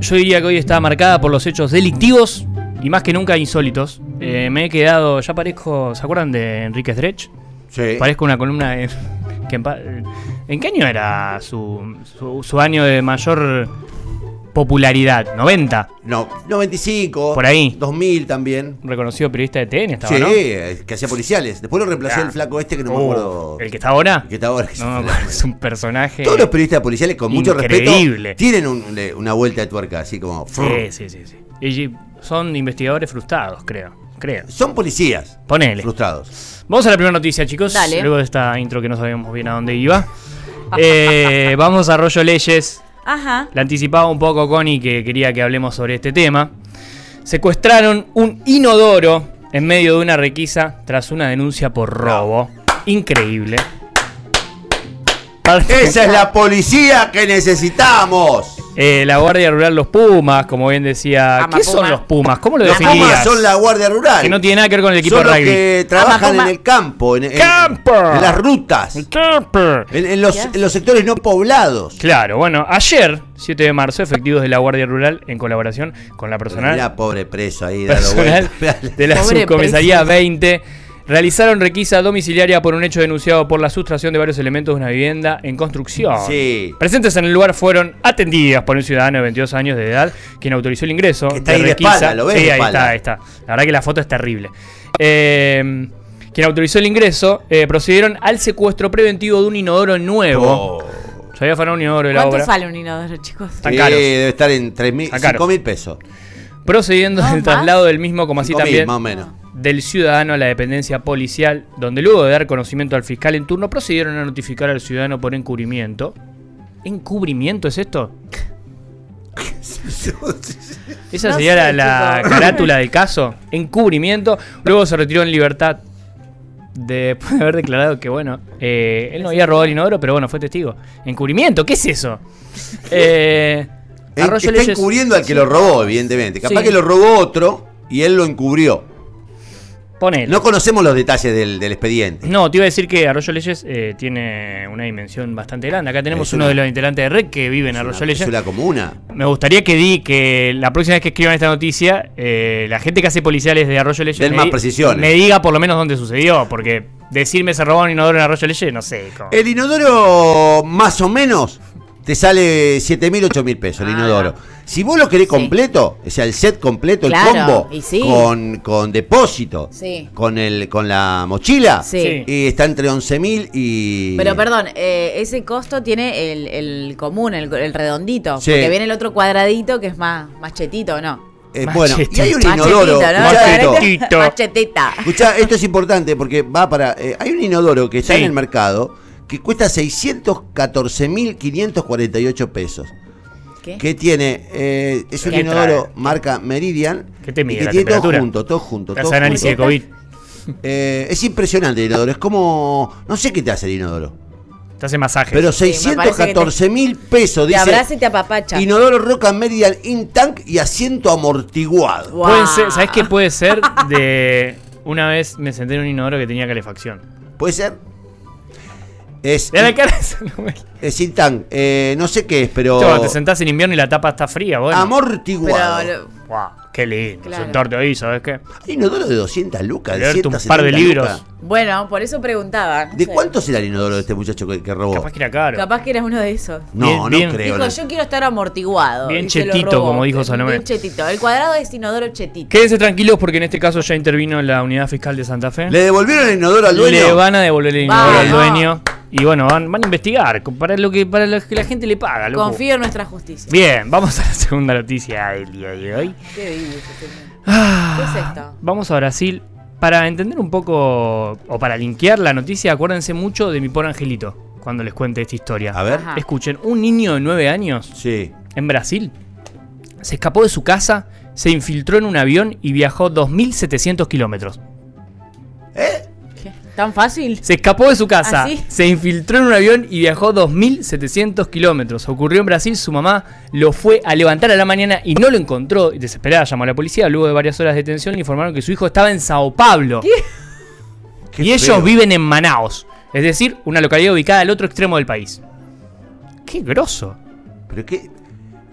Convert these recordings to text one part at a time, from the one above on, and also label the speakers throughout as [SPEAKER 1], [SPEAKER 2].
[SPEAKER 1] Yo diría que hoy está marcada por los hechos delictivos y más que nunca insólitos. Eh, me he quedado, ya parezco, ¿se acuerdan de Enrique Drech?
[SPEAKER 2] Sí.
[SPEAKER 1] Parezco una columna de... Que en, pa- ¿En qué año era su, su, su año de mayor popularidad? 90.
[SPEAKER 2] No, 95.
[SPEAKER 1] Por ahí.
[SPEAKER 2] 2000 también.
[SPEAKER 1] Un reconocido periodista de TN estaba,
[SPEAKER 2] sí,
[SPEAKER 1] ¿no?
[SPEAKER 2] eh, que hacía policiales. Después lo reemplazó
[SPEAKER 1] Ah.
[SPEAKER 2] el flaco este que no me
[SPEAKER 1] Uh,
[SPEAKER 2] acuerdo.
[SPEAKER 1] ¿El que está ahora?
[SPEAKER 2] que está ahora.
[SPEAKER 1] No pues, me acuerdo, es un personaje...
[SPEAKER 2] Todos los periodistas policiales, con mucho
[SPEAKER 1] Increíble.
[SPEAKER 2] respeto, tienen un- le- una vuelta de tuerca, así como.
[SPEAKER 1] Sí, sí, sí, sí. Y son investigadores frustrados, creo. Creo.
[SPEAKER 2] Son policías
[SPEAKER 1] Ponele.
[SPEAKER 2] frustrados.
[SPEAKER 1] Vamos a la primera noticia, chicos.
[SPEAKER 3] Dale.
[SPEAKER 1] Luego de esta intro que no sabíamos bien a dónde iba. Eh, vamos a Rollo Leyes.
[SPEAKER 3] Ajá.
[SPEAKER 1] La anticipaba un poco Connie que quería que hablemos sobre este tema. Secuestraron un inodoro en medio de una requisa tras una denuncia por robo. Increíble. Parte-
[SPEAKER 2] Esa es la policía que necesitamos.
[SPEAKER 1] Eh, la Guardia Rural Los Pumas, como bien decía.
[SPEAKER 3] Ama
[SPEAKER 1] ¿Qué son
[SPEAKER 3] Puma.
[SPEAKER 1] los Pumas? ¿Cómo lo
[SPEAKER 2] Los Ah, Pumas
[SPEAKER 1] definirías?
[SPEAKER 2] son la guardia rural.
[SPEAKER 1] Que no tiene nada que ver con el equipo
[SPEAKER 2] son
[SPEAKER 1] de
[SPEAKER 2] los
[SPEAKER 1] rugby.
[SPEAKER 2] que trabajan
[SPEAKER 3] Ama,
[SPEAKER 2] en el campo, en, en-
[SPEAKER 1] ¡Campo!
[SPEAKER 2] en las rutas, en,
[SPEAKER 1] Camper.
[SPEAKER 2] en los, en los sectores no poblados.
[SPEAKER 1] Claro, bueno, ayer, 7 de marzo, efectivos de la Guardia Rural, en colaboración con la personal,
[SPEAKER 2] Mira, pobre preso ahí, dando
[SPEAKER 1] personal
[SPEAKER 2] vueltas.
[SPEAKER 1] de la
[SPEAKER 3] Pobre
[SPEAKER 1] subcomisaría 20, realizaron requisa domiciliaria por un hecho denunciado por la sustracción de varios elementos de una vivienda en construcción.
[SPEAKER 2] Sí.
[SPEAKER 1] Presentes en el lugar fueron atendidas por un ciudadano de 22 años de edad, quien autorizó el ingreso
[SPEAKER 2] Que está
[SPEAKER 1] de
[SPEAKER 2] ahí de
[SPEAKER 1] requisa.
[SPEAKER 2] espalda, lo ves
[SPEAKER 1] Sí,
[SPEAKER 2] de
[SPEAKER 1] ahí
[SPEAKER 2] espalda.
[SPEAKER 1] está, ahí está. La verdad que la foto es terrible. Eh, quien autorizó el ingreso, eh, procedieron al secuestro preventivo de un inodoro nuevo.
[SPEAKER 2] Oh.
[SPEAKER 1] Se había afanado un inodoro de la
[SPEAKER 3] ¿Cuánto
[SPEAKER 1] obra.
[SPEAKER 3] sale un inodoro, chicos?
[SPEAKER 1] Tan
[SPEAKER 2] Sí,
[SPEAKER 1] caros.
[SPEAKER 2] debe estar en 3 mil,
[SPEAKER 1] Tan caros.
[SPEAKER 2] 5 mil pesos.
[SPEAKER 1] procediendo
[SPEAKER 3] No,
[SPEAKER 1] del
[SPEAKER 3] más.
[SPEAKER 1] traslado del mismo, como así
[SPEAKER 2] Cinco mil,
[SPEAKER 1] también
[SPEAKER 2] más o menos.
[SPEAKER 1] del ciudadano a la dependencia policial, donde luego de dar conocimiento al fiscal en turno procedieron a notificar al ciudadano por encubrimiento. ¿Encubrimiento es esto? Esa
[SPEAKER 3] No
[SPEAKER 1] sería
[SPEAKER 3] sé,
[SPEAKER 1] la, la
[SPEAKER 3] chico.
[SPEAKER 1] carátula del caso. Encubrimiento. Luego se retiró en libertad después de haber declarado que, bueno, eh, él no había robado el inodoro, pero bueno, fue testigo. ¿Encubrimiento? ¿Qué es eso? Eh,
[SPEAKER 2] En-
[SPEAKER 1] Arroyo
[SPEAKER 2] está
[SPEAKER 1] Leyes-
[SPEAKER 2] encubriendo al que lo robó, evidentemente. Capaz
[SPEAKER 1] Sí.
[SPEAKER 2] que lo robó otro y él lo encubrió.
[SPEAKER 1] Ponele.
[SPEAKER 2] No conocemos los detalles del, del expediente.
[SPEAKER 1] No, te iba a decir que Arroyo Leyes eh, tiene una dimensión bastante grande. Acá tenemos
[SPEAKER 2] Es
[SPEAKER 1] uno
[SPEAKER 2] una-
[SPEAKER 1] de los integrantes de Red que vive en
[SPEAKER 2] Es
[SPEAKER 1] Arroyo
[SPEAKER 2] una-
[SPEAKER 1] Leyes.
[SPEAKER 2] Es una comuna.
[SPEAKER 1] Me gustaría que di que la próxima vez que escriban esta noticia, eh, la gente que hace policiales de Arroyo Leyes
[SPEAKER 2] Den
[SPEAKER 1] me,
[SPEAKER 2] más
[SPEAKER 1] di-
[SPEAKER 2] precisiones.
[SPEAKER 1] me diga por lo menos dónde sucedió, porque decirme se robaron inodoro en Arroyo Leyes, no sé. como-
[SPEAKER 2] El inodoro, más o menos, te sale 7 mil, 8 mil pesos el
[SPEAKER 3] Ah.
[SPEAKER 2] inodoro. Si vos lo querés completo, o sea, el set completo, el
[SPEAKER 3] Claro,
[SPEAKER 2] combo,
[SPEAKER 3] y sí.
[SPEAKER 2] con, con depósito,
[SPEAKER 3] Sí.
[SPEAKER 2] con, el, con la mochila,
[SPEAKER 3] Sí.
[SPEAKER 2] y está entre 11 mil y...
[SPEAKER 3] Pero perdón, eh, ese costo tiene el, el común, el, el redondito.
[SPEAKER 2] Sí.
[SPEAKER 3] Porque viene el otro cuadradito que es más, más chetito, ¿no?
[SPEAKER 2] Eh, bueno, y
[SPEAKER 1] Machetito.
[SPEAKER 2] hay un
[SPEAKER 3] Más
[SPEAKER 2] inodoro.
[SPEAKER 3] chetito, ¿no?
[SPEAKER 2] escuchá esto.
[SPEAKER 1] Machetito.
[SPEAKER 3] Más chetita.
[SPEAKER 2] Escuchá, esto es importante porque va para. eh, hay un inodoro que está
[SPEAKER 1] Sí.
[SPEAKER 2] en el mercado que cuesta 614.548 pesos.
[SPEAKER 3] ¿Qué?
[SPEAKER 2] Que tiene. eh, es un
[SPEAKER 1] ¿Qué
[SPEAKER 2] inodoro
[SPEAKER 1] trae?
[SPEAKER 2] marca Meridian.
[SPEAKER 1] ¿Qué te mide
[SPEAKER 2] y que
[SPEAKER 1] la
[SPEAKER 2] tiene todo
[SPEAKER 1] temperatura?
[SPEAKER 2] junto, todo junto.
[SPEAKER 1] Te
[SPEAKER 2] todo
[SPEAKER 1] hace análisis de
[SPEAKER 2] junto.
[SPEAKER 1] COVID.
[SPEAKER 2] Eh, es impresionante el inodoro. Es como. No sé qué te hace el inodoro.
[SPEAKER 1] Te hace masajes.
[SPEAKER 2] Pero
[SPEAKER 3] Sí, me parece que te-
[SPEAKER 2] 614 mil pesos,
[SPEAKER 3] Te
[SPEAKER 2] dice.
[SPEAKER 3] abraza y te apapacha.
[SPEAKER 2] Inodoro Roca Meridian In Tank y asiento amortiguado.
[SPEAKER 3] Guau.
[SPEAKER 1] Pueden ser- ¿Sabes qué puede ser? De una vez me senté en un inodoro que tenía calefacción.
[SPEAKER 2] ¿Puede ser? Es,
[SPEAKER 1] De la cara se lo ve.
[SPEAKER 2] es In Tank. Eh, no sé qué es, pero.
[SPEAKER 1] Chau, te sentás en invierno y la tapa está fría, bueno.
[SPEAKER 2] Amortiguado.
[SPEAKER 3] Pero lo-
[SPEAKER 1] Guau, qué lindo.
[SPEAKER 3] Claro.
[SPEAKER 1] Sentarte ahí, ¿sabes qué?
[SPEAKER 2] Hay inodoro de 200 lucas. de
[SPEAKER 1] Leerte un
[SPEAKER 2] 170
[SPEAKER 1] par de libros.
[SPEAKER 2] lucas.
[SPEAKER 3] bueno, por eso preguntaba. no
[SPEAKER 2] ¿De
[SPEAKER 3] sé.
[SPEAKER 2] cuánto será el inodoro de este muchacho que, que robó?
[SPEAKER 1] Capaz que era caro.
[SPEAKER 3] Capaz que eras uno de esos.
[SPEAKER 2] No,
[SPEAKER 1] Bien,
[SPEAKER 2] no
[SPEAKER 1] bien.
[SPEAKER 2] creo.
[SPEAKER 3] Dijo,
[SPEAKER 2] no.
[SPEAKER 3] yo quiero estar amortiguado.
[SPEAKER 1] Bien
[SPEAKER 3] y se lo
[SPEAKER 1] chetito,
[SPEAKER 3] robó.
[SPEAKER 1] como dijo Salomé.
[SPEAKER 3] Bien chetito. El cuadrado es inodoro chetito.
[SPEAKER 1] Quédense tranquilos porque en este caso ya intervino la unidad fiscal de Santa Fe.
[SPEAKER 2] ¿Le devolvieron el inodoro al dueño?
[SPEAKER 1] Le van a devolver el dinero al
[SPEAKER 3] Vamos.
[SPEAKER 1] dueño. Y bueno, van, van a investigar co- para lo que para lo que la gente le paga. loco.
[SPEAKER 3] Confío en nuestra justicia.
[SPEAKER 1] Bien, vamos a la segunda noticia del día de hoy.
[SPEAKER 3] ¿Qué dices, señor? ¿Qué
[SPEAKER 1] Ah,
[SPEAKER 3] es esto?
[SPEAKER 1] Vamos a Brasil. Para entender un poco o para linkear la noticia, acuérdense mucho de mi por angelito cuando les cuente esta historia.
[SPEAKER 2] A ver.
[SPEAKER 3] Ajá.
[SPEAKER 1] Escuchen, un niño de 9 años
[SPEAKER 2] Sí.
[SPEAKER 1] en Brasil. Se escapó de su casa, se infiltró en un avión y viajó 2.700 kilómetros.
[SPEAKER 2] ¿Eh?
[SPEAKER 3] ¿Qué? ¿Tan fácil?
[SPEAKER 1] Se escapó de su casa,
[SPEAKER 3] ¿Ah, sí?
[SPEAKER 1] se infiltró en un avión y viajó 2.700 kilómetros. Ocurrió en Brasil, su mamá lo fue a levantar a la mañana y no lo encontró. Desesperada llamó a la policía, luego de varias horas de detención le informaron que su hijo estaba en Sao Paulo.
[SPEAKER 2] Qué
[SPEAKER 1] Y ellos
[SPEAKER 2] feo.
[SPEAKER 1] viven en Manaos, es decir, una localidad ubicada al otro extremo del país. ¡Qué grosso!
[SPEAKER 2] Pero qué.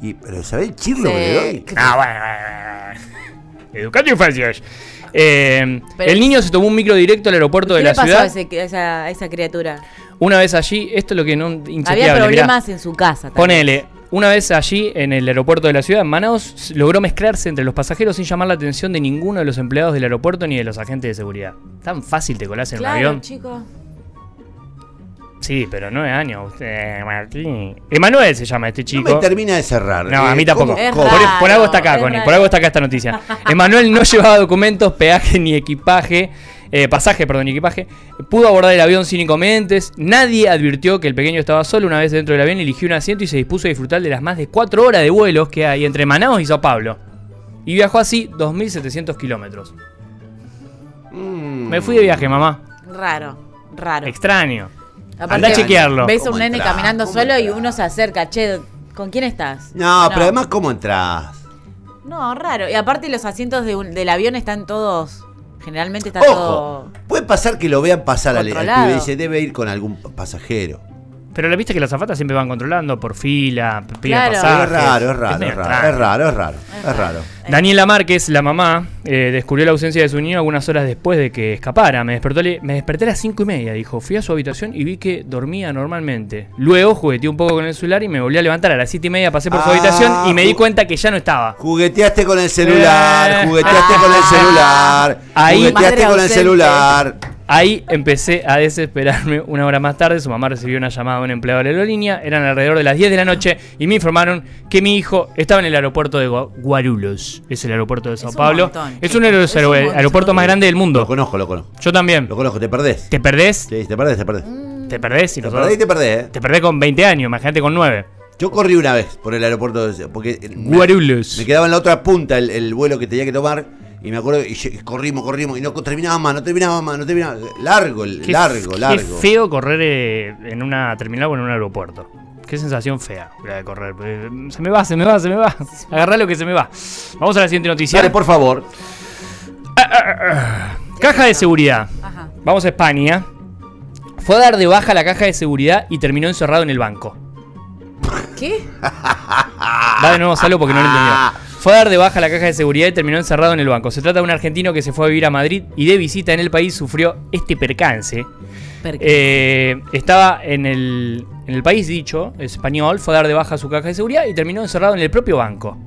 [SPEAKER 2] Y, pero ¿sabés el chirlo que
[SPEAKER 3] Sí.
[SPEAKER 2] le doy?
[SPEAKER 1] Ah, bueno, bueno, bueno. Educando infancias. Eh,
[SPEAKER 3] Pero-
[SPEAKER 1] el niño se tomó un micro directo al aeropuerto
[SPEAKER 3] ¿Qué
[SPEAKER 1] de
[SPEAKER 3] le
[SPEAKER 1] la
[SPEAKER 3] pasó
[SPEAKER 1] ciudad.
[SPEAKER 3] a, ese- a esa, a esa criatura?
[SPEAKER 1] Una vez allí, esto es lo que no
[SPEAKER 3] Había
[SPEAKER 1] inchequeable, mirá.
[SPEAKER 3] problemas en su casa. también.
[SPEAKER 1] Ponele, una vez allí en el aeropuerto de la ciudad, Manaus s- logró mezclarse entre los pasajeros sin llamar la atención de ninguno de los empleados del aeropuerto ni de los agentes de seguridad. Tan fácil te colás en
[SPEAKER 3] Claro,
[SPEAKER 1] un avión.
[SPEAKER 3] chico.
[SPEAKER 1] Sí, pero nueve años. usted, Martín. Emanuel se llama este chico.
[SPEAKER 2] No me termina de cerrar.
[SPEAKER 1] No, a
[SPEAKER 2] Eh,
[SPEAKER 1] mí
[SPEAKER 2] ¿cómo-
[SPEAKER 1] tampoco.
[SPEAKER 3] Es
[SPEAKER 1] Por,
[SPEAKER 2] cómo?
[SPEAKER 3] raro.
[SPEAKER 1] por algo está acá,
[SPEAKER 3] es
[SPEAKER 1] Connie.
[SPEAKER 3] raro.
[SPEAKER 1] Por algo está acá esta noticia. Emanuel no llevaba documentos, peaje ni equipaje. eh, pasaje, perdón, ni equipaje. Pudo abordar el avión sin inconvenientes. Nadie advirtió que el pequeño estaba solo. Una vez dentro del avión, eligió un asiento y se dispuso a disfrutar de las más de cuatro horas de vuelos que hay entre Manaus y Sao Paulo. Y viajó así 2.700 kilómetros.
[SPEAKER 2] Mm.
[SPEAKER 1] Me fui de viaje, mamá.
[SPEAKER 3] Raro, raro.
[SPEAKER 1] Extraño.
[SPEAKER 3] Aparte,
[SPEAKER 1] Andá a chequearlo.
[SPEAKER 3] Ves a
[SPEAKER 2] ¿Cómo
[SPEAKER 3] un nene
[SPEAKER 2] entrás?
[SPEAKER 3] caminando
[SPEAKER 2] ¿Cómo
[SPEAKER 3] solo y
[SPEAKER 2] entrás?
[SPEAKER 3] uno se acerca, che, ¿con quién estás?
[SPEAKER 2] No, pero además, ¿cómo entras?
[SPEAKER 3] No, raro. Y aparte los asientos de un- del avión están todos... Generalmente está
[SPEAKER 2] Ojo,
[SPEAKER 3] todo...
[SPEAKER 2] puede pasar que lo vean pasar al, al
[SPEAKER 3] Controlado.
[SPEAKER 2] pibe y dice, debe ir con algún pa- pasajero.
[SPEAKER 1] Pero la viste que las zafatas siempre van controlando por fila, p- piden
[SPEAKER 3] Claro.
[SPEAKER 1] pasajes.
[SPEAKER 2] es raro, es raro,
[SPEAKER 1] Ah, medio
[SPEAKER 2] es raro, es raro, es raro, es raro.
[SPEAKER 1] Daniela Márquez, la mamá, eh, descubrió la ausencia de su niño algunas horas después de que escapara. Me, despertó, le- me desperté a las cinco y media, dijo. Fui a su habitación y vi que dormía normalmente. Luego jugueteé un poco con el celular y me volví a levantar. A las siete y media pasé por su
[SPEAKER 2] Ah,
[SPEAKER 1] habitación y me di
[SPEAKER 2] ju-
[SPEAKER 1] cuenta que ya no estaba.
[SPEAKER 2] Jugueteaste con el celular,
[SPEAKER 1] Eh,
[SPEAKER 2] jugueteaste con el
[SPEAKER 3] ah,
[SPEAKER 2] celular,
[SPEAKER 1] ahí-
[SPEAKER 2] jugueteaste
[SPEAKER 3] Madre
[SPEAKER 2] con el
[SPEAKER 3] ausente.
[SPEAKER 2] celular.
[SPEAKER 1] Ahí empecé a desesperarme. Una hora más tarde, su mamá recibió una llamada de un empleado de la aerolínea. Eran alrededor de las 10 de la noche y me informaron que mi hijo estaba en el aeropuerto de Gua- Guarulhos. Es el aeropuerto de Sao
[SPEAKER 3] un
[SPEAKER 1] Paulo.
[SPEAKER 3] montón,
[SPEAKER 1] es
[SPEAKER 3] chico.
[SPEAKER 1] uno de los
[SPEAKER 3] Es un
[SPEAKER 1] aer-
[SPEAKER 3] montón.
[SPEAKER 1] aeropuertos más grandes del
[SPEAKER 2] Lo
[SPEAKER 1] mundo.
[SPEAKER 2] conozco, lo conozco.
[SPEAKER 1] Yo también.
[SPEAKER 2] Lo conozco, te perdés.
[SPEAKER 1] ¿Te perdés?
[SPEAKER 2] Sí, te perdés, te perdés.
[SPEAKER 3] Mm.
[SPEAKER 1] Te perdés y
[SPEAKER 2] Te
[SPEAKER 1] nosotros-
[SPEAKER 2] perdés y te perdés, eh.
[SPEAKER 1] Te perdés con 20 años, imagínate con 9.
[SPEAKER 2] Yo corrí una vez por el aeropuerto, de- porque eh, me,
[SPEAKER 1] Guarulhos.
[SPEAKER 2] me quedaba en la otra punta el, el vuelo que tenía que tomar. Y me acuerdo, y lle- corrimos, corrimos, y no co- terminaba más, no terminaba más, no terminaba. Largo, el-
[SPEAKER 1] Qué-
[SPEAKER 2] largo, largo.
[SPEAKER 1] Qué feo correr eh, en una terminal o en un aeropuerto. Qué sensación fea la de correr. Eh, Se me va, se me va, se me va. Agarrá lo que se me va. Vamos a la siguiente noticia.
[SPEAKER 2] Dale, por favor.
[SPEAKER 1] Caja de seguridad.
[SPEAKER 3] Ajá.
[SPEAKER 1] Vamos a España. Fue a dar de baja la caja de seguridad y terminó encerrado en el banco.
[SPEAKER 3] ¿Qué?
[SPEAKER 2] Ah,
[SPEAKER 1] Va de nuevo Salo porque no lo entendió. Fue a dar de baja la caja de seguridad y terminó encerrado en el banco. Se trata de un argentino que se fue a vivir a Madrid y de visita en el país sufrió este percance.
[SPEAKER 3] Per-
[SPEAKER 1] Eh, estaba en el, en el país dicho, español, fue a dar de baja su caja de seguridad y terminó encerrado en el propio banco.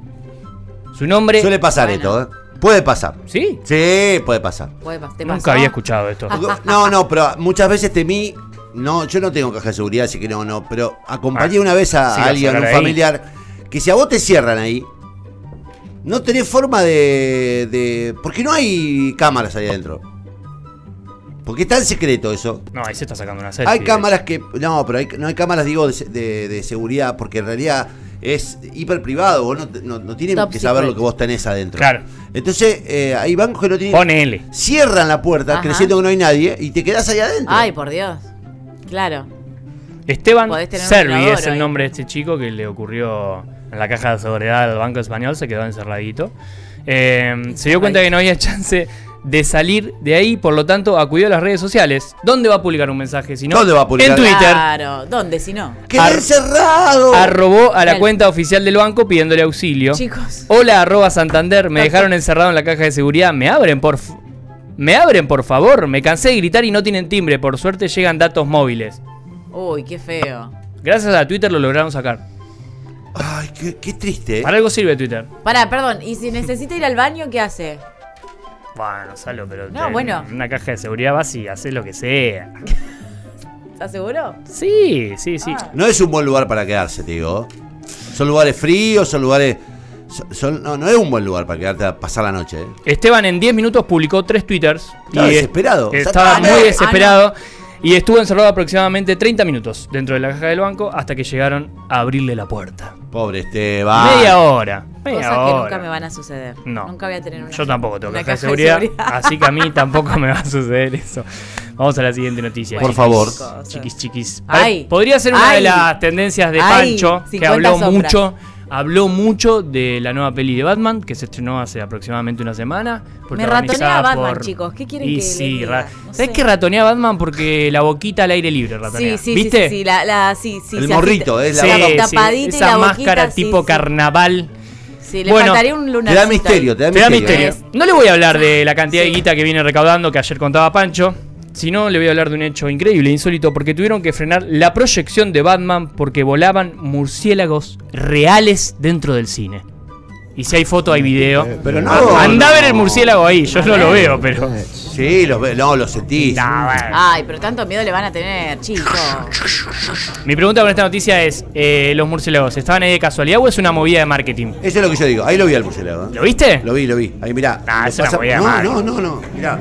[SPEAKER 1] Su nombre...
[SPEAKER 2] Suele pasar
[SPEAKER 3] Bueno.
[SPEAKER 2] esto, ¿eh? Puede pasar.
[SPEAKER 1] ¿Sí?
[SPEAKER 2] Sí, puede pasar.
[SPEAKER 3] Puede pas- ¿Te
[SPEAKER 1] Nunca
[SPEAKER 3] pasó? Ah.
[SPEAKER 1] había escuchado esto.
[SPEAKER 2] Porque- No, no, pero muchas veces temí. No, yo no tengo caja de seguridad, así que no, no. Pero acompañé
[SPEAKER 1] Ah,
[SPEAKER 2] una vez a
[SPEAKER 1] sí, vas a
[SPEAKER 2] alguien, a un
[SPEAKER 1] hablar ahí.
[SPEAKER 2] familiar, que si a vos te cierran ahí, no tenés forma de. de- porque no hay cámaras ahí adentro. Porque es tan secreto eso.
[SPEAKER 1] No, ahí se está sacando una selfie.
[SPEAKER 2] Hay cámaras que. No, pero hay- no hay cámaras, digo, de, se- de- de seguridad, porque en realidad es hiper privado. Vos no, no, no tienen
[SPEAKER 3] Top
[SPEAKER 2] que saber lo
[SPEAKER 3] secret.
[SPEAKER 2] que vos tenés adentro.
[SPEAKER 1] Claro.
[SPEAKER 2] Entonces, eh, hay bancos que no tienen.
[SPEAKER 1] Ponele.
[SPEAKER 2] Cierran la puerta,
[SPEAKER 3] Ajá.
[SPEAKER 2] creciendo que no hay nadie, y te quedás ahí adentro.
[SPEAKER 3] Ay, por Dios. Claro.
[SPEAKER 1] Esteban
[SPEAKER 3] Podés tener un
[SPEAKER 1] Servi
[SPEAKER 3] inodoro
[SPEAKER 1] es el
[SPEAKER 3] ahí.
[SPEAKER 1] nombre de este chico que le ocurrió en la caja de seguridad del Banco Español, se quedó encerradito. Eh, se dio cuenta que no había chance de salir de ahí, por lo tanto acudió a las redes sociales. ¿Dónde va a publicar un mensaje? Si no,
[SPEAKER 2] ¿Dónde va a publicar?
[SPEAKER 1] En Twitter.
[SPEAKER 3] Claro. ¿Dónde si no?
[SPEAKER 2] ¡Quedé
[SPEAKER 1] Ar-
[SPEAKER 2] encerrado!
[SPEAKER 1] Arrobó a la
[SPEAKER 3] Claro.
[SPEAKER 1] cuenta oficial del banco pidiéndole auxilio.
[SPEAKER 3] Chicos.
[SPEAKER 1] Hola, arroba Santander, me dejaron encerrado en la caja de seguridad. Me abren, por f- Me abren, por favor. Me cansé de gritar y no tienen timbre. Por suerte llegan datos móviles.
[SPEAKER 3] Uy, qué feo.
[SPEAKER 1] Gracias a Twitter lo lograron sacar.
[SPEAKER 2] Ay, qué, qué triste. ¿eh?
[SPEAKER 1] Para algo sirve Twitter.
[SPEAKER 3] Pará, perdón. ¿Y si necesita ir al baño, qué hace?
[SPEAKER 1] Bueno, Salo, pero
[SPEAKER 3] No,
[SPEAKER 1] en
[SPEAKER 3] bueno.
[SPEAKER 1] una caja de seguridad vas y haces lo que sea.
[SPEAKER 3] ¿Estás seguro?
[SPEAKER 1] Sí, sí, sí.
[SPEAKER 3] Ah.
[SPEAKER 2] No es un buen lugar para quedarse, te digo. Son lugares fríos, son lugares. son- son- no, no es un buen lugar para quedarte a pasar la noche. ¿eh?
[SPEAKER 1] Esteban en 10 minutos publicó tres twitters.
[SPEAKER 2] Estaba
[SPEAKER 1] es-
[SPEAKER 2] desesperado.
[SPEAKER 1] Estaba
[SPEAKER 2] Sacame.
[SPEAKER 1] muy
[SPEAKER 3] Ah,
[SPEAKER 1] desesperado. Y estuvo encerrado aproximadamente 30 minutos dentro de la caja del banco hasta que llegaron a abrirle la puerta.
[SPEAKER 2] Pobre Esteban.
[SPEAKER 1] Media hora. Media
[SPEAKER 3] Cosas
[SPEAKER 1] hora.
[SPEAKER 3] que nunca me van a suceder.
[SPEAKER 1] No.
[SPEAKER 3] Nunca voy a tener una.
[SPEAKER 1] Yo tampoco tengo
[SPEAKER 3] una
[SPEAKER 1] caja de seguridad, Ah, así que a mí tampoco me va a suceder eso. Vamos a la siguiente noticia.
[SPEAKER 2] Por
[SPEAKER 1] chiquis.
[SPEAKER 2] favor.
[SPEAKER 3] Cosas.
[SPEAKER 1] Chiquis, chiquis.
[SPEAKER 3] Ay.
[SPEAKER 1] Podría ser una de
[SPEAKER 3] Ay.
[SPEAKER 1] las tendencias de
[SPEAKER 3] Ay.
[SPEAKER 1] Pancho, que
[SPEAKER 3] 50
[SPEAKER 1] habló
[SPEAKER 3] sombras.
[SPEAKER 1] mucho habló mucho de la nueva peli de Batman, que se estrenó hace aproximadamente una semana.
[SPEAKER 3] Me ratonea
[SPEAKER 1] protagonizada
[SPEAKER 3] a Batman, chicos. ¿Qué quieren
[SPEAKER 1] y
[SPEAKER 3] que les
[SPEAKER 1] sí,
[SPEAKER 3] diga?
[SPEAKER 1] ra-
[SPEAKER 3] No
[SPEAKER 1] ¿Sabés
[SPEAKER 3] sé.
[SPEAKER 1] que ratonea a Batman? Porque la boquita al aire libre ratonea.
[SPEAKER 3] Sí, sí,
[SPEAKER 1] ¿Viste?
[SPEAKER 3] sí, sí, sí, la, la- sí, sí,
[SPEAKER 2] El
[SPEAKER 3] se
[SPEAKER 2] morrito,
[SPEAKER 3] agita.
[SPEAKER 2] es la
[SPEAKER 1] Sí,
[SPEAKER 2] boca.
[SPEAKER 1] sí,
[SPEAKER 3] tapadita y
[SPEAKER 1] esa
[SPEAKER 3] la boquita,
[SPEAKER 1] máscara
[SPEAKER 3] sí,
[SPEAKER 1] tipo
[SPEAKER 3] sí.
[SPEAKER 1] carnaval.
[SPEAKER 3] Sí, le
[SPEAKER 1] Bueno,
[SPEAKER 3] faltaría un lunar.
[SPEAKER 2] Te da misterio, te da
[SPEAKER 1] Te da
[SPEAKER 2] misterio.
[SPEAKER 1] misterio. No le voy a hablar de la cantidad de
[SPEAKER 3] Sí.
[SPEAKER 1] guita que viene recaudando, que ayer contaba Pancho, sino le voy a hablar de un hecho increíble, insólito, porque tuvieron que frenar la proyección de Batman porque volaban murciélagos reales dentro del cine. Y si hay foto, hay video.
[SPEAKER 2] Eh,
[SPEAKER 4] Eh,
[SPEAKER 1] Ah,
[SPEAKER 2] Pero no.
[SPEAKER 1] Andá a ver el
[SPEAKER 2] no.
[SPEAKER 1] murciélago ahí, yo no lo veo, pero.
[SPEAKER 2] Sí, los ve- no, los sentís.
[SPEAKER 1] Nah, bueno.
[SPEAKER 3] Ay, pero tanto miedo le van a tener, chicos.
[SPEAKER 1] Mi pregunta con esta noticia es: eh, ¿los murciélagos estaban ahí de casualidad o es una movida de marketing?
[SPEAKER 2] Eso es lo que yo digo. Ahí lo vi al murciélago. ¿eh?
[SPEAKER 1] ¿Lo viste?
[SPEAKER 2] Lo vi, lo vi. Ahí mirá.
[SPEAKER 1] Ah,
[SPEAKER 2] Lo
[SPEAKER 1] es una movida
[SPEAKER 2] No,
[SPEAKER 1] mal.
[SPEAKER 2] no, no, no. Mirá.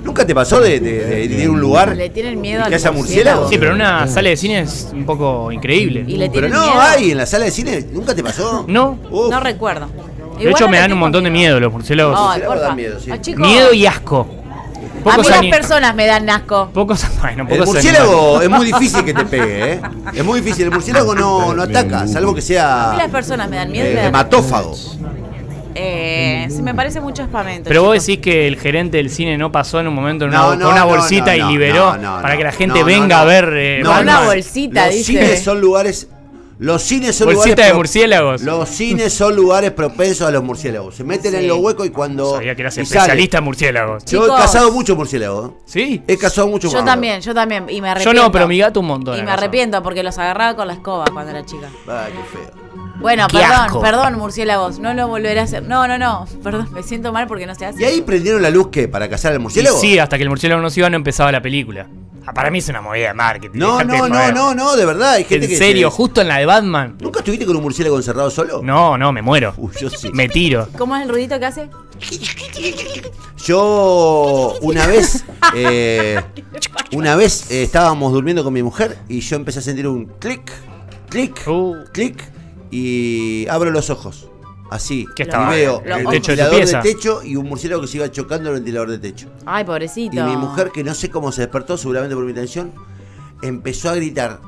[SPEAKER 2] ¿Nunca te pasó de, de- de ir a un lugar
[SPEAKER 3] Le tienen miedo
[SPEAKER 2] y que
[SPEAKER 3] al
[SPEAKER 2] haya murciélago?
[SPEAKER 1] Sí, pero en una sala de cine es un poco increíble.
[SPEAKER 3] Y le
[SPEAKER 2] Pero
[SPEAKER 3] tienen
[SPEAKER 2] no,
[SPEAKER 3] miedo.
[SPEAKER 2] hay en la sala de cine. ¿Nunca te pasó?
[SPEAKER 1] No.
[SPEAKER 2] Uf.
[SPEAKER 3] No recuerdo.
[SPEAKER 1] De hecho, me dan un montón de miedo los murciélagos.
[SPEAKER 3] Ay,
[SPEAKER 2] Murciélagos
[SPEAKER 3] porfa.
[SPEAKER 2] dan miedo, sí.
[SPEAKER 3] Ay, chicos,
[SPEAKER 1] Miedo y asco.
[SPEAKER 3] A mí
[SPEAKER 1] Pocos
[SPEAKER 3] las
[SPEAKER 1] ani-
[SPEAKER 3] personas me dan asco.
[SPEAKER 1] Pocos, bueno,
[SPEAKER 2] El
[SPEAKER 1] pocos
[SPEAKER 2] murciélago es muy difícil que te pegue, ¿eh? Es muy difícil. El murciélago no, no ataca, salvo que
[SPEAKER 3] A mí las
[SPEAKER 2] sea
[SPEAKER 3] personas me dan miedo. y
[SPEAKER 2] eh,
[SPEAKER 3] me dan-
[SPEAKER 2] hematófago.
[SPEAKER 3] Eh, sí, me parece mucho espamento.
[SPEAKER 1] Pero vos
[SPEAKER 3] chicos.
[SPEAKER 1] decís que el gerente del cine no pasó en un momento en una,
[SPEAKER 2] No,
[SPEAKER 1] con
[SPEAKER 2] no,
[SPEAKER 1] una
[SPEAKER 2] no,
[SPEAKER 1] bolsita
[SPEAKER 2] no,
[SPEAKER 1] y
[SPEAKER 2] no,
[SPEAKER 1] liberó
[SPEAKER 2] no, no,
[SPEAKER 1] para que la
[SPEAKER 2] no,
[SPEAKER 1] gente
[SPEAKER 2] no,
[SPEAKER 1] venga
[SPEAKER 2] no.
[SPEAKER 1] a ver. eh,
[SPEAKER 2] No,
[SPEAKER 1] Batman.
[SPEAKER 3] Una bolsita,
[SPEAKER 2] los
[SPEAKER 3] dice.
[SPEAKER 2] cines son lugares. Los cines son
[SPEAKER 1] Bolsita
[SPEAKER 2] lugares.
[SPEAKER 1] de
[SPEAKER 2] pro-
[SPEAKER 1] murciélagos.
[SPEAKER 2] Los cines son lugares propensos a los murciélagos. Se meten
[SPEAKER 3] Sí.
[SPEAKER 2] en los huecos y cuando.
[SPEAKER 1] Sabía que eras
[SPEAKER 2] y sale.
[SPEAKER 1] especialista en murciélagos.
[SPEAKER 2] Yo he
[SPEAKER 3] Chicos.
[SPEAKER 2] cazado mucho murciélago. ¿eh?
[SPEAKER 1] ¿Sí?
[SPEAKER 2] He cazado mucho
[SPEAKER 3] Yo también, yo también. Y me
[SPEAKER 1] Yo
[SPEAKER 3] arrepiento.
[SPEAKER 1] no, pero mi gato un montón.
[SPEAKER 3] Y
[SPEAKER 1] ha
[SPEAKER 3] me
[SPEAKER 1] cazado.
[SPEAKER 3] arrepiento porque los agarraba con la escoba cuando era chica.
[SPEAKER 2] Ay, qué feo.
[SPEAKER 3] Bueno,
[SPEAKER 1] Qué
[SPEAKER 3] perdón,
[SPEAKER 1] asco.
[SPEAKER 3] perdón, murciélagos. No lo volveré a hacer. No, no, no. Perdón, me siento mal porque no se hace.
[SPEAKER 2] ¿Y ahí prendieron la luz que para cazar al
[SPEAKER 1] Y
[SPEAKER 2] murciélago?
[SPEAKER 1] sí, hasta que el murciélago no se iba no empezaba la película. Ah, para mí es una movida de marketing.
[SPEAKER 2] No,
[SPEAKER 1] dejate de
[SPEAKER 2] no, no,
[SPEAKER 1] joder.
[SPEAKER 2] no, no, de verdad. Hay gente
[SPEAKER 1] En
[SPEAKER 2] que
[SPEAKER 1] serio,
[SPEAKER 2] se-
[SPEAKER 1] justo en la de Batman.
[SPEAKER 2] ¿Nunca estuviste con un murciélago encerrado solo?
[SPEAKER 1] No, no, me muero.
[SPEAKER 2] Uy, yo sí.
[SPEAKER 1] Me tiro.
[SPEAKER 3] ¿Cómo es el ruidito que hace?
[SPEAKER 2] Yo una vez, eh, una vez eh, estábamos durmiendo con mi mujer y yo empecé a sentir un clic, clic,
[SPEAKER 1] Uh.
[SPEAKER 2] clic y abro los ojos. Así,
[SPEAKER 1] ¿Qué
[SPEAKER 2] y
[SPEAKER 1] estaba?
[SPEAKER 2] veo
[SPEAKER 3] ¿El
[SPEAKER 2] un
[SPEAKER 1] techo de tu
[SPEAKER 2] ventilador de,
[SPEAKER 1] pieza?
[SPEAKER 2] techo y un murciélago que se iba chocando el ventilador de techo.
[SPEAKER 3] Ay, pobrecito.
[SPEAKER 2] Y mi mujer, que no sé cómo se despertó, seguramente por mi tensión, empezó a gritar.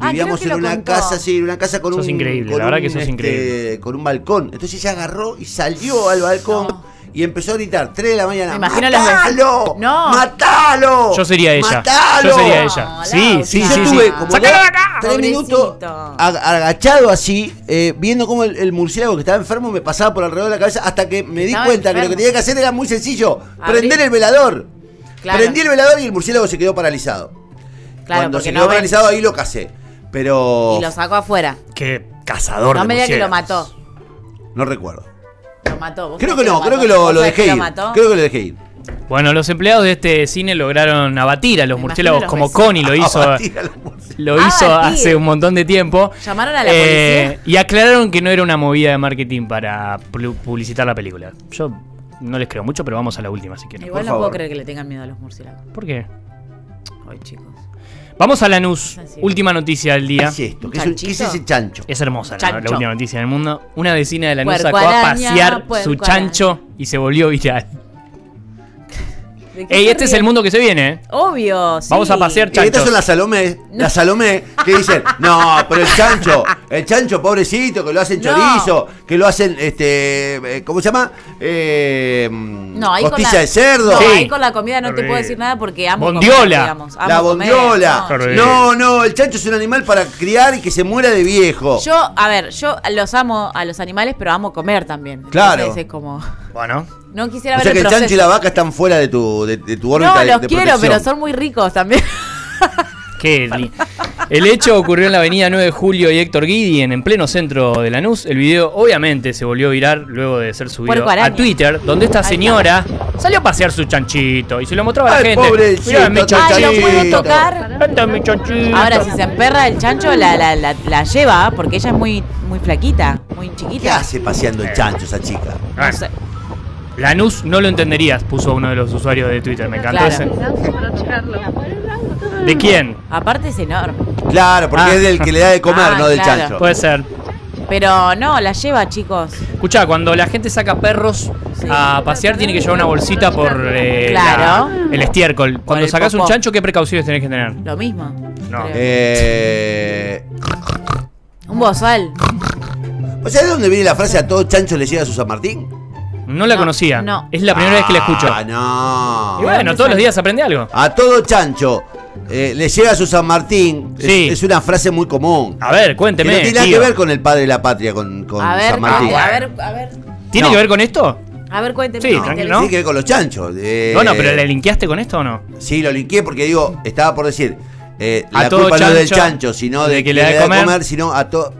[SPEAKER 3] Ah,
[SPEAKER 2] Vivíamos
[SPEAKER 3] creo que
[SPEAKER 2] en
[SPEAKER 3] lo
[SPEAKER 2] una
[SPEAKER 3] contó.
[SPEAKER 2] casa, sí, en una casa con
[SPEAKER 1] Sos
[SPEAKER 2] un.
[SPEAKER 1] increíble,
[SPEAKER 2] con
[SPEAKER 1] la verdad
[SPEAKER 2] un, este,
[SPEAKER 1] que sos increíble.
[SPEAKER 2] Con un balcón. Entonces ella agarró y salió al balcón
[SPEAKER 3] No.
[SPEAKER 2] y empezó a gritar, 3 de la mañana.
[SPEAKER 3] Me imagino los
[SPEAKER 2] ¡Matalo!
[SPEAKER 3] vecinos. No.
[SPEAKER 2] ¡Matalo!
[SPEAKER 1] Yo sería ella.
[SPEAKER 2] ¡Matalo!
[SPEAKER 1] Yo sería
[SPEAKER 3] No,
[SPEAKER 1] ella.
[SPEAKER 3] la
[SPEAKER 1] Sí,
[SPEAKER 3] otra.
[SPEAKER 1] sí,
[SPEAKER 2] Y
[SPEAKER 1] sí.
[SPEAKER 2] yo
[SPEAKER 1] sí.
[SPEAKER 2] estuve como
[SPEAKER 1] ¡Sácalo
[SPEAKER 2] dos,
[SPEAKER 1] de acá!
[SPEAKER 2] tres
[SPEAKER 3] Pobrecito.
[SPEAKER 2] minutos ag- agachado así, eh, viendo cómo el, el murciélago que estaba enfermo me pasaba por alrededor de la cabeza hasta que me di
[SPEAKER 3] Estaba
[SPEAKER 2] cuenta que lo que
[SPEAKER 3] enfermo.
[SPEAKER 2] tenía que hacer era muy sencillo,
[SPEAKER 3] Abrir.
[SPEAKER 2] prender el velador.
[SPEAKER 3] Claro.
[SPEAKER 2] Prendí el velador y el murciélago se quedó paralizado.
[SPEAKER 3] Claro,
[SPEAKER 2] Cuando
[SPEAKER 3] porque
[SPEAKER 2] se
[SPEAKER 3] no
[SPEAKER 2] quedó
[SPEAKER 3] ven.
[SPEAKER 2] paralizado ahí lo casé. Pero
[SPEAKER 3] Y lo sacó afuera.
[SPEAKER 1] Qué cazador
[SPEAKER 3] No
[SPEAKER 1] de
[SPEAKER 3] me diga que lo
[SPEAKER 1] murciélagos.
[SPEAKER 3] mató.
[SPEAKER 2] no recuerdo.
[SPEAKER 3] Lo mató. ¿Vos
[SPEAKER 2] Creo que
[SPEAKER 3] sabés
[SPEAKER 2] no,
[SPEAKER 3] mató?
[SPEAKER 2] creo que lo,
[SPEAKER 3] ¿Vos
[SPEAKER 2] lo
[SPEAKER 3] sabés
[SPEAKER 2] dejé
[SPEAKER 3] que
[SPEAKER 2] ir.
[SPEAKER 3] lo mató?
[SPEAKER 2] Creo que lo dejé ir.
[SPEAKER 1] Bueno, los empleados de este cine lograron abatir a los
[SPEAKER 3] Me
[SPEAKER 1] murciélagos
[SPEAKER 3] imagino
[SPEAKER 1] como
[SPEAKER 3] los
[SPEAKER 1] Connie lo hizo,
[SPEAKER 2] Abatí a Ah, la murciélago.
[SPEAKER 1] lo hizo
[SPEAKER 3] Abatir.
[SPEAKER 1] hace un montón de tiempo. Eh,
[SPEAKER 3] Llamaron a la policía.
[SPEAKER 1] Y aclararon que no era una movida de marketing para plu- publicitar la película. Yo no les creo mucho, pero vamos a la última si quieren.
[SPEAKER 3] Igual
[SPEAKER 2] Por
[SPEAKER 3] no puedo
[SPEAKER 2] favor.
[SPEAKER 3] creer que le tengan miedo a los murciélagos.
[SPEAKER 1] ¿Por qué?
[SPEAKER 3] Ay, chicos.
[SPEAKER 1] Vamos a Lanús,
[SPEAKER 3] Así.
[SPEAKER 1] última noticia del
[SPEAKER 2] ¿Qué
[SPEAKER 1] día.
[SPEAKER 2] es esto? ¿Qué es, un- qué es
[SPEAKER 3] ¿Chanchito?
[SPEAKER 2] ese chancho?
[SPEAKER 1] Es hermosa la,
[SPEAKER 3] Chancho.
[SPEAKER 1] la última noticia del mundo. Una vecina de Lanús
[SPEAKER 3] Puerco
[SPEAKER 1] sacó a
[SPEAKER 3] araña,
[SPEAKER 1] pasear su
[SPEAKER 3] puerco
[SPEAKER 1] chancho y se volvió viral.
[SPEAKER 3] ¿De qué
[SPEAKER 1] Ey,
[SPEAKER 3] se
[SPEAKER 1] este es
[SPEAKER 3] ríen?
[SPEAKER 1] el mundo que se viene, ¿eh?
[SPEAKER 3] Obvio, sí.
[SPEAKER 1] Vamos a pasear
[SPEAKER 2] Y estas
[SPEAKER 1] chanchos.
[SPEAKER 2] son las Salomé, las Salomé que dicen, no, pero el chancho, el chancho pobrecito, que lo hacen
[SPEAKER 3] No.
[SPEAKER 2] chorizo, que lo hacen, este, eh, ¿cómo se llama? Eh,
[SPEAKER 3] No, ahí con
[SPEAKER 2] costilla
[SPEAKER 3] la-
[SPEAKER 2] de cerdo.
[SPEAKER 3] No,
[SPEAKER 1] Sí.
[SPEAKER 3] ahí con la comida no te
[SPEAKER 1] Horrible.
[SPEAKER 3] puedo decir nada porque amo
[SPEAKER 1] Bondiola.
[SPEAKER 3] comer, digamos. Amo
[SPEAKER 2] La
[SPEAKER 3] comer.
[SPEAKER 2] bondiola.
[SPEAKER 3] No,
[SPEAKER 1] Horrible.
[SPEAKER 2] No, no, el chancho es un animal para criar y que se muera de viejo.
[SPEAKER 3] Yo, a ver, yo los amo a los animales, pero amo comer también.
[SPEAKER 2] Claro.
[SPEAKER 3] Entonces es como.
[SPEAKER 1] Bueno,
[SPEAKER 3] No quisiera
[SPEAKER 2] o
[SPEAKER 3] ver
[SPEAKER 2] sea que el
[SPEAKER 3] proceso.
[SPEAKER 2] chancho y la vaca están fuera de tu, de, de tu órbita
[SPEAKER 3] No,
[SPEAKER 2] de,
[SPEAKER 3] los
[SPEAKER 2] de
[SPEAKER 3] quiero, pero
[SPEAKER 2] protección.
[SPEAKER 3] son muy ricos también.
[SPEAKER 1] Qué li- El hecho ocurrió en la avenida 9 de Julio y Héctor Guidien, en pleno centro de Lanús. El video obviamente se volvió viral luego de ser subido
[SPEAKER 3] Puerco araña.
[SPEAKER 1] a Twitter, donde esta
[SPEAKER 3] está.
[SPEAKER 1] señora salió a pasear su chanchito y se lo mostraba a la
[SPEAKER 2] Ay,
[SPEAKER 1] gente.
[SPEAKER 2] pobrecito,
[SPEAKER 1] Mirá mi
[SPEAKER 2] chanchito.
[SPEAKER 3] Ay, lo puedo
[SPEAKER 2] Chanchito.
[SPEAKER 3] tocar.
[SPEAKER 1] Este es mi chanchito. Ah.
[SPEAKER 3] Ahora, si se emperra el chancho, la, la, la, la lleva, ¿ah? porque ella es muy, muy flaquita, muy
[SPEAKER 2] ¿Qué
[SPEAKER 3] chiquita.
[SPEAKER 2] hace paseando el chancho esa chica?
[SPEAKER 1] Bueno,
[SPEAKER 3] No sé.
[SPEAKER 1] Lanús no lo entenderías, puso uno de los usuarios de Twitter. Me encantó
[SPEAKER 3] Claro.
[SPEAKER 1] ese. ¿De quién?
[SPEAKER 3] Aparte es enorme.
[SPEAKER 2] Claro, porque
[SPEAKER 1] Ah.
[SPEAKER 2] es del que le da de comer,
[SPEAKER 3] Ah,
[SPEAKER 2] no del
[SPEAKER 3] claro.
[SPEAKER 2] chancho.
[SPEAKER 1] Puede ser.
[SPEAKER 3] Pero no, la lleva, chicos.
[SPEAKER 1] Escuchá, cuando la gente saca perros
[SPEAKER 3] Sí.
[SPEAKER 1] a pasear, tiene que llevar una bolsita por eh, la-
[SPEAKER 3] Claro.
[SPEAKER 1] el estiércol. Cuando
[SPEAKER 3] el
[SPEAKER 1] sacas un
[SPEAKER 3] popó.
[SPEAKER 1] chancho, ¿qué precauciones tenés que tener?
[SPEAKER 3] Lo mismo.
[SPEAKER 1] No.
[SPEAKER 3] creo.
[SPEAKER 2] Eh,
[SPEAKER 3] Un bozal.
[SPEAKER 2] ¿Vos sabés de dónde viene la frase a todo chancho le llega a su San Martín?
[SPEAKER 1] No la
[SPEAKER 3] No,
[SPEAKER 1] conocía.
[SPEAKER 3] no.
[SPEAKER 1] Es la primera vez que la escucho.
[SPEAKER 2] Ah, no.
[SPEAKER 1] Y bueno, todos los días aprende algo.
[SPEAKER 2] A todo chancho eh, le llega a su San Martín. Es-
[SPEAKER 1] Sí.
[SPEAKER 2] Es, una frase muy común.
[SPEAKER 1] A ver,
[SPEAKER 2] Que no
[SPEAKER 1] cuénteme.
[SPEAKER 2] tiene nada
[SPEAKER 1] tío.
[SPEAKER 2] que ver con el padre de la patria, con, con
[SPEAKER 3] A ver,
[SPEAKER 2] San Martín.
[SPEAKER 3] a ver, a ver.
[SPEAKER 1] ¿Tiene
[SPEAKER 2] No.
[SPEAKER 1] que ver con esto?
[SPEAKER 3] A ver, cuénteme.
[SPEAKER 1] Sí,
[SPEAKER 3] me
[SPEAKER 1] tranquilo, Ah,
[SPEAKER 3] interesa.
[SPEAKER 1] ¿no?
[SPEAKER 2] Tiene que ver con los chanchos. eh,
[SPEAKER 1] No, no, pero ¿le linkeaste con esto o no?
[SPEAKER 2] Sí, lo linkeé porque digo, estaba por decir, eh,
[SPEAKER 1] A
[SPEAKER 2] la
[SPEAKER 1] todo
[SPEAKER 2] culpa no es del
[SPEAKER 1] chancho,
[SPEAKER 2] chancho, sino
[SPEAKER 1] de
[SPEAKER 2] de,
[SPEAKER 1] que
[SPEAKER 2] quien
[SPEAKER 1] le da de comer.
[SPEAKER 2] sino a todo.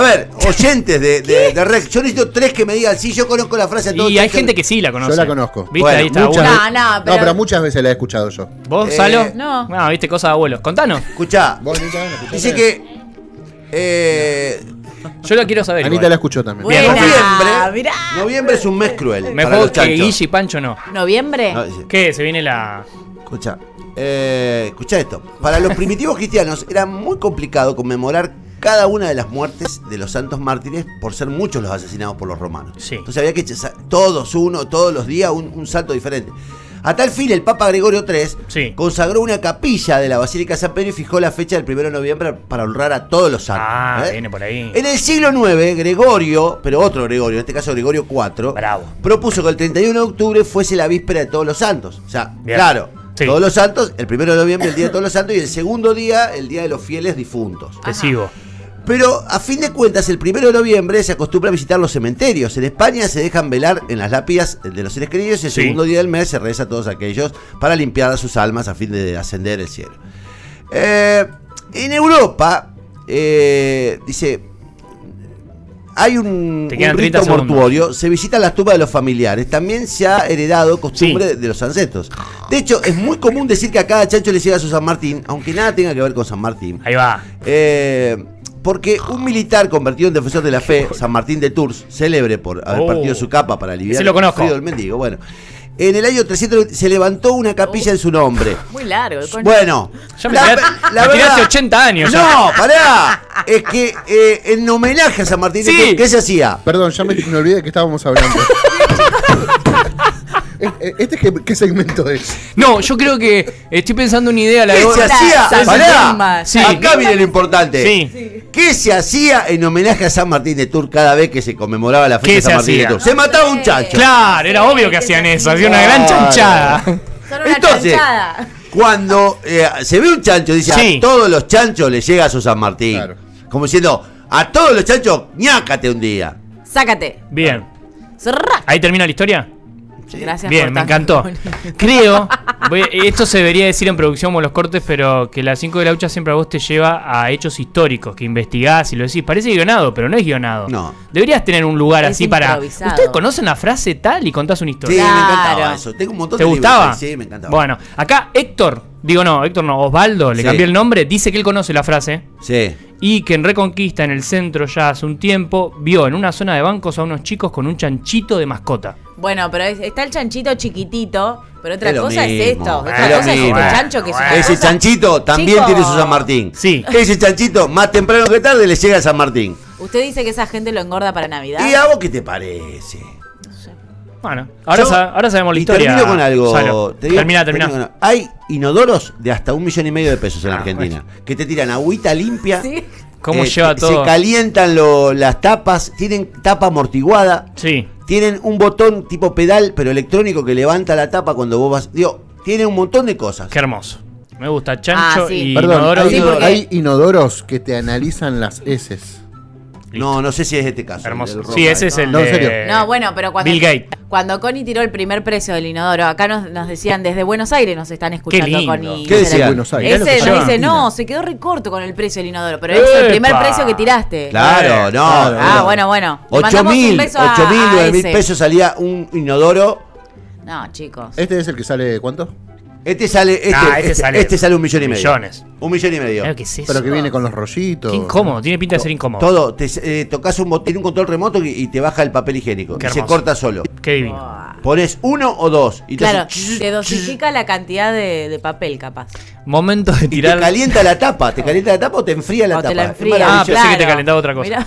[SPEAKER 2] ver, oyentes de, de, de Rec, yo necesito tres que me digan, sí, yo conozco la frase a todo
[SPEAKER 1] Y hay
[SPEAKER 2] chancho.
[SPEAKER 1] gente que sí la conoce.
[SPEAKER 4] Yo la conozco.
[SPEAKER 1] ¿Viste?
[SPEAKER 2] Bueno,
[SPEAKER 1] Ahí está.
[SPEAKER 4] muchas
[SPEAKER 1] bueno.
[SPEAKER 4] veces-
[SPEAKER 3] No, no, pero-
[SPEAKER 4] muchas veces la he escuchado yo.
[SPEAKER 1] ¿Vos,
[SPEAKER 2] Eh,
[SPEAKER 1] Salo?
[SPEAKER 3] no.
[SPEAKER 1] Ah, viste, cosas de abuelos. Contanos.
[SPEAKER 2] Escuchá,
[SPEAKER 4] ¿Vos, Anita, la escuchaste?
[SPEAKER 2] dice que. Eh,
[SPEAKER 1] Yo la quiero saber.
[SPEAKER 4] Anita
[SPEAKER 1] igual.
[SPEAKER 4] la escuchó también.
[SPEAKER 1] Bien,
[SPEAKER 3] Buena,
[SPEAKER 2] noviembre.
[SPEAKER 3] mirá.
[SPEAKER 2] Noviembre es un mes cruel.
[SPEAKER 1] Me
[SPEAKER 2] para
[SPEAKER 1] juego
[SPEAKER 2] los
[SPEAKER 1] que
[SPEAKER 2] chanchos.
[SPEAKER 1] Guille y Pancho no.
[SPEAKER 3] ¿Noviembre?
[SPEAKER 2] No, dice,
[SPEAKER 1] ¿Qué? Se viene la.
[SPEAKER 2] Escucha, eh, escucha esto. Para los primitivos cristianos era muy complicado conmemorar cada una de las muertes de los santos mártires por ser muchos los asesinados por los romanos.
[SPEAKER 1] Sí.
[SPEAKER 2] Entonces había que echar todos uno, todos los días, un, un santo diferente. A tal fin, el Papa Gregorio III
[SPEAKER 1] Sí.
[SPEAKER 2] consagró una capilla de la Basílica de San Pedro y fijó la fecha del 1 de noviembre para honrar a todos los santos.
[SPEAKER 1] Ah,
[SPEAKER 2] ¿eh?
[SPEAKER 1] viene por ahí.
[SPEAKER 2] En el siglo IX, Gregorio, pero otro Gregorio, en este caso Gregorio IV,
[SPEAKER 1] Bravo.
[SPEAKER 2] propuso que el 31 de octubre fuese la víspera de todos los santos. O sea,
[SPEAKER 1] Bien.
[SPEAKER 2] claro,
[SPEAKER 1] Sí.
[SPEAKER 2] todos los santos, el 1 de noviembre el día de todos los santos y el segundo día el día de los fieles difuntos.
[SPEAKER 1] Te sigo.
[SPEAKER 2] Pero a fin de cuentas, el 1 de noviembre se acostumbra a visitar los cementerios. En España se dejan velar en las lápidas de los seres queridos y el
[SPEAKER 1] Sí.
[SPEAKER 2] segundo día del mes se reza a todos aquellos para limpiar a sus almas a fin de ascender el cielo. Eh, en Europa, eh, dice, hay un,
[SPEAKER 1] Te quedan
[SPEAKER 2] un
[SPEAKER 1] 30
[SPEAKER 2] rito
[SPEAKER 1] segundos.
[SPEAKER 2] mortuorio, se visitan las tumbas de los familiares. También se ha heredado costumbre de los ancestros. De hecho, es muy común decir que a cada chancho le llega su San Martín, aunque nada tenga que ver con San Martín.
[SPEAKER 1] Ahí va.
[SPEAKER 2] Eh, porque un militar convertido en defensor de la fe, San Martín de Tours, célebre por haber
[SPEAKER 1] Oh.
[SPEAKER 2] partido su capa para aliviar
[SPEAKER 1] Ese lo
[SPEAKER 2] el
[SPEAKER 1] conozco.
[SPEAKER 2] frío del mendigo, bueno. En el año 300 se levantó una capilla en su nombre.
[SPEAKER 3] Muy largo. el coño.
[SPEAKER 2] Bueno,
[SPEAKER 1] Ya me tiraste- me tiraste 80 años ya.
[SPEAKER 2] No, pará. Es que eh, en homenaje a San Martín de
[SPEAKER 1] Sí.
[SPEAKER 2] Tours, ¿qué se hacía?
[SPEAKER 4] Perdón, ya me, me olvidé de que estábamos hablando. Eh, eh, ¿Este qué, qué segmento es?
[SPEAKER 1] No, yo creo que estoy pensando una idea. La
[SPEAKER 2] ¿Qué
[SPEAKER 1] de-
[SPEAKER 2] se hacía?
[SPEAKER 3] San
[SPEAKER 2] Pará.
[SPEAKER 3] Martín.
[SPEAKER 1] Sí.
[SPEAKER 2] Acá viene lo importante.
[SPEAKER 1] Sí.
[SPEAKER 2] ¿Qué se hacía en homenaje a San Martín de Tours cada vez que se conmemoraba la fecha
[SPEAKER 1] ¿Qué
[SPEAKER 2] de San
[SPEAKER 1] se
[SPEAKER 2] Martín de
[SPEAKER 1] hacía?
[SPEAKER 2] Tours? Se mataba un chancho.
[SPEAKER 1] Claro, era obvio que hacían eso. Hacía una gran chanchada.
[SPEAKER 3] Solo una
[SPEAKER 2] Entonces,
[SPEAKER 3] chanchada.
[SPEAKER 2] cuando eh, se ve un chancho, dice,
[SPEAKER 1] Sí.
[SPEAKER 2] a todos los chanchos les llega a su San Martín.
[SPEAKER 4] Claro.
[SPEAKER 2] Como diciendo, a todos los chanchos, ñácate un día.
[SPEAKER 3] Sácate.
[SPEAKER 1] Bien.
[SPEAKER 3] Zorra.
[SPEAKER 1] ¿Ahí termina la historia?
[SPEAKER 3] Gracias
[SPEAKER 1] Bien,
[SPEAKER 3] por
[SPEAKER 1] me
[SPEAKER 3] tanto.
[SPEAKER 1] encantó. Creo, voy- esto se debería decir en producción o en los cortes, pero que las 5 de la ucha siempre a vos te lleva a hechos históricos, que investigás y lo decís. Parece guionado, pero no es guionado.
[SPEAKER 2] No.
[SPEAKER 1] Deberías tener un lugar
[SPEAKER 3] Es
[SPEAKER 1] así para...
[SPEAKER 3] improvisado.
[SPEAKER 1] Ustedes conocen la frase tal y contás una
[SPEAKER 2] Sí,
[SPEAKER 1] historia.
[SPEAKER 2] me
[SPEAKER 3] Claro.
[SPEAKER 2] encantaba eso. Tengo un montón
[SPEAKER 1] ¿Te
[SPEAKER 2] de libros,
[SPEAKER 1] gustaba?
[SPEAKER 2] Sí, sí, me encantaba.
[SPEAKER 1] Bueno, acá Héctor, digo no, Héctor no, Osvaldo, le
[SPEAKER 2] Sí.
[SPEAKER 1] cambié el nombre, dice que él conoce la frase
[SPEAKER 2] Sí.
[SPEAKER 1] y que en Reconquista, en el centro, ya hace un tiempo, vio en una zona de bancos a unos chicos con un chanchito de mascota.
[SPEAKER 3] Bueno, pero es- está el chanchito chiquitito, pero otra
[SPEAKER 2] Es lo
[SPEAKER 3] cosa es
[SPEAKER 2] mismo,
[SPEAKER 3] esto.
[SPEAKER 2] es
[SPEAKER 3] Otra
[SPEAKER 2] lo
[SPEAKER 3] cosa es
[SPEAKER 2] mismo.
[SPEAKER 3] este chancho que es una
[SPEAKER 2] Ese
[SPEAKER 3] cosa-
[SPEAKER 2] chanchito también
[SPEAKER 3] Chicos.
[SPEAKER 2] tiene su San Martín.
[SPEAKER 1] Sí.
[SPEAKER 2] Ese chanchito, más temprano que tarde, le llega a San Martín.
[SPEAKER 3] Usted dice que esa gente lo engorda para Navidad.
[SPEAKER 2] ¿Y a vos qué te parece?
[SPEAKER 1] Bueno, ahora,
[SPEAKER 2] Yo-
[SPEAKER 1] sa- ahora sabemos la
[SPEAKER 2] y
[SPEAKER 1] historia.
[SPEAKER 2] Termino con algo.
[SPEAKER 1] Salo.
[SPEAKER 2] te digo-
[SPEAKER 1] termina,
[SPEAKER 2] termino
[SPEAKER 1] termina.
[SPEAKER 2] con algo. Hay inodoros de hasta un millón y medio de pesos en
[SPEAKER 1] Ah,
[SPEAKER 2] Argentina que te tiran agüita limpia.
[SPEAKER 3] ¿Sí?
[SPEAKER 1] ¿Cómo
[SPEAKER 2] Eh,
[SPEAKER 1] lleva
[SPEAKER 2] se-
[SPEAKER 1] todo?
[SPEAKER 2] Se calientan lo- las tapas, tienen tapa amortiguada,
[SPEAKER 1] Sí.
[SPEAKER 2] tienen un botón tipo pedal, pero electrónico que levanta la tapa cuando vos vas. Digo, tienen un montón de cosas.
[SPEAKER 1] Qué hermoso. Me gusta Chancho
[SPEAKER 3] Ah, sí.
[SPEAKER 1] y
[SPEAKER 4] Perdón,
[SPEAKER 1] Inodoro.
[SPEAKER 4] hay,
[SPEAKER 3] Sí,
[SPEAKER 4] inodoros-
[SPEAKER 3] porque-
[SPEAKER 4] hay inodoros que te analizan las heces.
[SPEAKER 2] No, no sé si es este caso.
[SPEAKER 1] Hermoso.
[SPEAKER 2] el del
[SPEAKER 1] Sí,
[SPEAKER 2] Roma,
[SPEAKER 1] ese es
[SPEAKER 2] ¿no?
[SPEAKER 1] el
[SPEAKER 4] No, en
[SPEAKER 1] de-
[SPEAKER 4] serio.
[SPEAKER 3] No, bueno, pero cuando,
[SPEAKER 1] Eh, Bill Gates.
[SPEAKER 3] cuando Connie tiró el primer precio del inodoro, acá nos, nos decían desde Buenos Aires nos están escuchando
[SPEAKER 1] lindo.
[SPEAKER 3] Connie.
[SPEAKER 2] ¿Qué decían?
[SPEAKER 4] Buenos Aires.
[SPEAKER 1] Mirá lo
[SPEAKER 3] Ese
[SPEAKER 1] que
[SPEAKER 3] nos
[SPEAKER 1] llevan.
[SPEAKER 3] dice, no, se quedó recorto con el precio del inodoro, pero es el
[SPEAKER 1] ¡Epa!
[SPEAKER 3] primer precio que tiraste.
[SPEAKER 2] Claro, no.
[SPEAKER 4] Claro,
[SPEAKER 3] Ah,
[SPEAKER 2] no.
[SPEAKER 3] bueno, bueno. Le
[SPEAKER 2] 8
[SPEAKER 3] mandamos un
[SPEAKER 2] mil,
[SPEAKER 3] beso a-
[SPEAKER 2] 8 mil,
[SPEAKER 3] a
[SPEAKER 2] 9 mil
[SPEAKER 3] ese.
[SPEAKER 2] pesos salía un inodoro.
[SPEAKER 3] No, chicos.
[SPEAKER 4] Este es el que sale, ¿cuánto?
[SPEAKER 2] Este sale, este,
[SPEAKER 1] Nah, este
[SPEAKER 2] este,
[SPEAKER 1] sale
[SPEAKER 2] este sale un millón y medio.
[SPEAKER 1] millones.
[SPEAKER 2] Un millón y medio.
[SPEAKER 1] Claro que es eso.
[SPEAKER 4] Pero que viene con los rollitos.
[SPEAKER 1] Qué incómodo, tiene pinta de ser incómodo.
[SPEAKER 2] Todo, te eh, tocas un botón, un control remoto y, y te baja el papel higiénico.
[SPEAKER 1] Qué
[SPEAKER 2] Y se
[SPEAKER 1] hermoso.
[SPEAKER 2] corta solo.
[SPEAKER 1] Qué
[SPEAKER 3] Ah.
[SPEAKER 1] divino.
[SPEAKER 2] Pones uno o dos. Y te
[SPEAKER 3] Claro,
[SPEAKER 2] hace-
[SPEAKER 3] te dosifica la cantidad de, de papel, capaz.
[SPEAKER 1] Momento de
[SPEAKER 2] Y
[SPEAKER 1] tirar.
[SPEAKER 2] te calienta la tapa, te calienta la tapa o te enfría la
[SPEAKER 3] O
[SPEAKER 2] tapa.
[SPEAKER 3] te la
[SPEAKER 2] Es
[SPEAKER 3] enfría.
[SPEAKER 1] Ah,
[SPEAKER 2] maravilloso.
[SPEAKER 1] pensé que te calentaba otra cosa.
[SPEAKER 3] Mirá.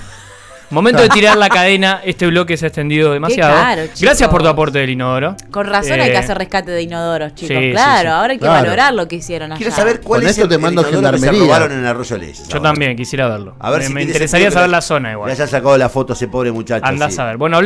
[SPEAKER 1] Momento de tirar la cadena, este bloque se ha extendido demasiado.
[SPEAKER 3] caro, chicos.
[SPEAKER 1] Gracias por tu aporte del inodoro.
[SPEAKER 3] Con razón
[SPEAKER 1] Eh,
[SPEAKER 3] hay que hacer rescate de inodoros, chicos.
[SPEAKER 1] sí, sí,
[SPEAKER 3] claro,
[SPEAKER 1] sí.
[SPEAKER 3] ahora hay que
[SPEAKER 4] Claro.
[SPEAKER 3] valorar lo que hicieron allá.
[SPEAKER 2] Quiero saber cuál
[SPEAKER 4] Con
[SPEAKER 2] es
[SPEAKER 4] esto
[SPEAKER 2] el,
[SPEAKER 4] te
[SPEAKER 2] el
[SPEAKER 4] mando
[SPEAKER 2] inodoro que se
[SPEAKER 4] gendarmería.
[SPEAKER 2] robaron en Arroyo Les.
[SPEAKER 1] Yo también quisiera verlo.
[SPEAKER 2] A ver
[SPEAKER 1] me
[SPEAKER 2] si
[SPEAKER 1] me
[SPEAKER 2] tiene
[SPEAKER 1] interesaría
[SPEAKER 2] sentido que
[SPEAKER 1] saber
[SPEAKER 2] le-
[SPEAKER 1] la zona igual.
[SPEAKER 2] Le haya sacado la foto a ese pobre muchacho.
[SPEAKER 1] Andás
[SPEAKER 2] sí.
[SPEAKER 1] a ver. Bueno, hablamos